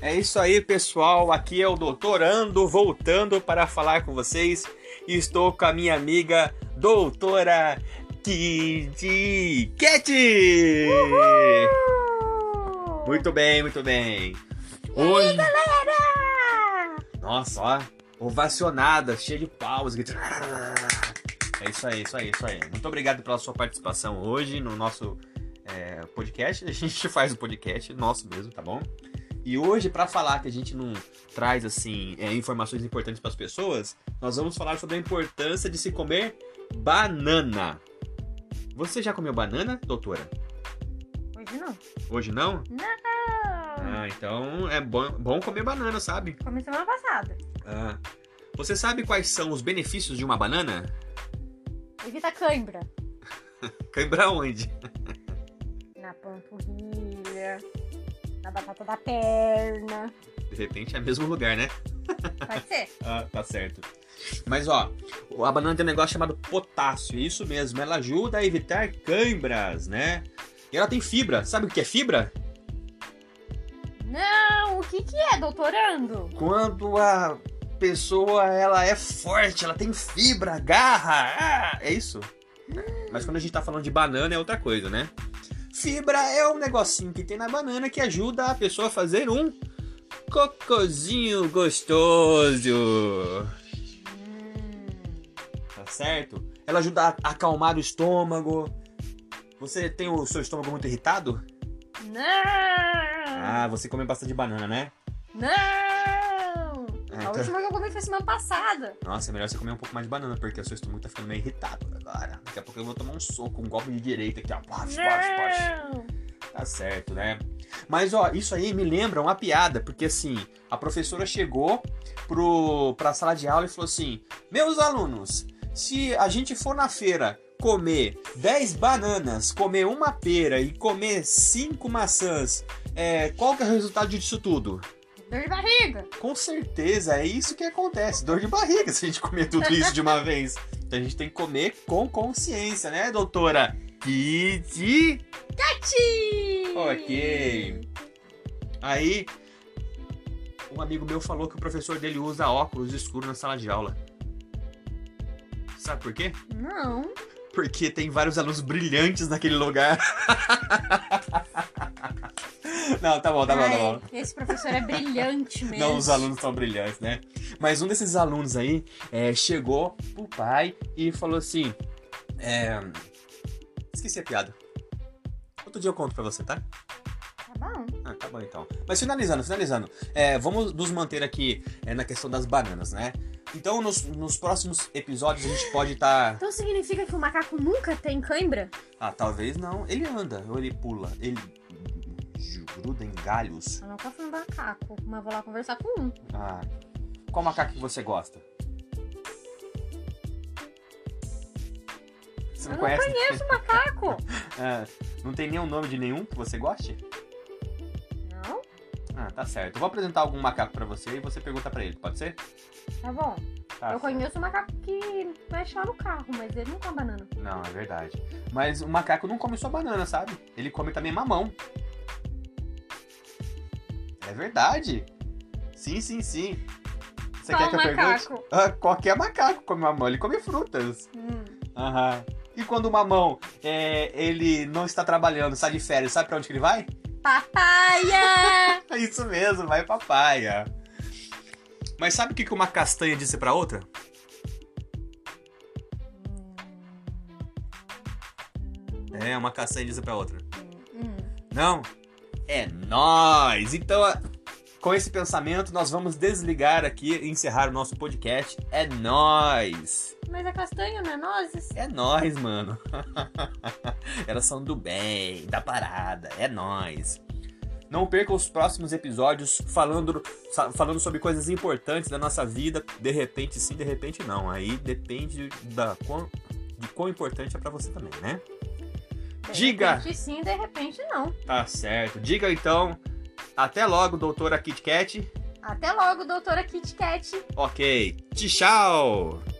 É isso aí, pessoal. Aqui é o Doutorando voltando para falar com vocês. Estou com a minha amiga Doutora Kitty Cat. Muito bem, muito bem. Hoje, galera! nossa, ó, ovacionada, cheia de paus. grito. É isso aí, isso aí, isso aí. Muito obrigado pela sua participação hoje no nosso é, podcast. A gente faz o podcast nosso mesmo, tá bom? E hoje, para falar que a gente não traz assim é, informações importantes para as pessoas, nós vamos falar sobre a importância de se comer banana. Você já comeu banana, doutora? Hoje não. Hoje não? Não! Ah, então é bom, bom comer banana, sabe? Comi semana passada. Ah. Você sabe quais são os benefícios de uma banana? Evita tá cãibra. Cãibra onde? Na panturrilha. Na batata da perna. De repente é o mesmo lugar, né? Pode ser? Ah, tá certo. Mas ó, a banana tem um negócio chamado potássio, é isso mesmo. Ela ajuda a evitar cãibras, né? E ela tem fibra. Sabe o que é fibra? Não! O que que é, doutorando? Quando a pessoa ela é forte, ela tem fibra, garra, ah, é isso. Mas quando a gente tá falando de banana é outra coisa, né? Fibra é um negocinho que tem na banana que ajuda a pessoa a fazer um cocôzinho gostoso. Hum, tá certo? Ela ajuda a acalmar o estômago. Você tem o seu estômago muito irritado? Não! Ah, você come bastante banana, né? Não! Ah, A então- última que eu comi foi semana passada. Nossa, é melhor você comer um pouco mais de banana, porque o seu estômago tá ficando meio irritado agora. Daqui a pouco eu vou tomar um soco, um golpe de direita aqui, ó. Paf, paf, paf. Não! Tá certo, né? Mas, ó, isso aí me lembra uma piada, porque assim, a professora chegou pro, pra sala de aula e falou assim: Meus alunos, se a gente for na feira comer 10 bananas, comer uma pera e comer 5 maçãs, é, qual que é o resultado disso tudo? Dor de barriga! Com certeza, é isso que acontece. Dor de barriga se a gente comer tudo isso de uma vez. Então a gente tem que comer com consciência, né, doutora? Kitty! Tati! Ok. Aí, um amigo meu falou que o professor dele usa óculos escuros na sala de aula. Sabe por quê? Não. Porque tem vários alunos brilhantes naquele lugar. Não, tá bom, tá bom, tá bom. Ai, Esse professor é brilhante mesmo. Não, os alunos são brilhantes, né? Mas um desses alunos aí é, chegou pro pai e falou assim: é, Esqueci a piada. Outro dia eu conto pra você, tá? Tá bom. Ah, tá bom então. Mas finalizando, finalizando. é, vamos nos manter aqui é, na questão das bananas, né? Então, nos, nos próximos episódios a gente pode estar. Então significa que o macaco nunca tem cãibra? Ah, talvez não. Ele anda, ou ele pula, ele gruda em galhos. Eu nunca fui um macaco, mas vou lá conversar com um. Ah. Qual macaco que você gosta? Você não Eu não conhece? né? conheço macaco! Ah, não tem nenhum nome de nenhum que você goste? Não? Ah, tá certo. Eu vou apresentar algum macaco pra você e você pergunta pra ele, pode ser? Tá bom. Tá eu certo. conheço um macaco que mexe lá no carro, mas ele não come banana. Não, é verdade. Mas o macaco não come só banana, sabe? Ele come também mamão. É verdade. Sim, sim, sim. Você Qual quer que eu pergunte? macaco? Ah, qualquer macaco come mamão, ele come frutas. Hum, Aham. E quando o mamão, é, ele não está trabalhando, sai de férias, sabe pra onde que ele vai? Papaya! É isso mesmo, vai papaya. Mas sabe o que que uma castanha disse pra outra? É, uma castanha disse pra outra. Hum, Não? É nós. Então, a- com esse pensamento, nós vamos desligar aqui e encerrar o nosso podcast. É nós. Mas é castanho, não é nozes? É nós, mano. Elas são do bem, da parada. É nós. Não perca os próximos episódios falando, sa- falando sobre coisas importantes da nossa vida. De repente sim, de repente não. Aí depende da quão, de quão importante é pra você também, né? De Diga! repente sim, de repente não. Tá certo. Diga então. Até logo, doutora Kit Kat. Até logo, doutora Kit Kat. Ok. Tchau.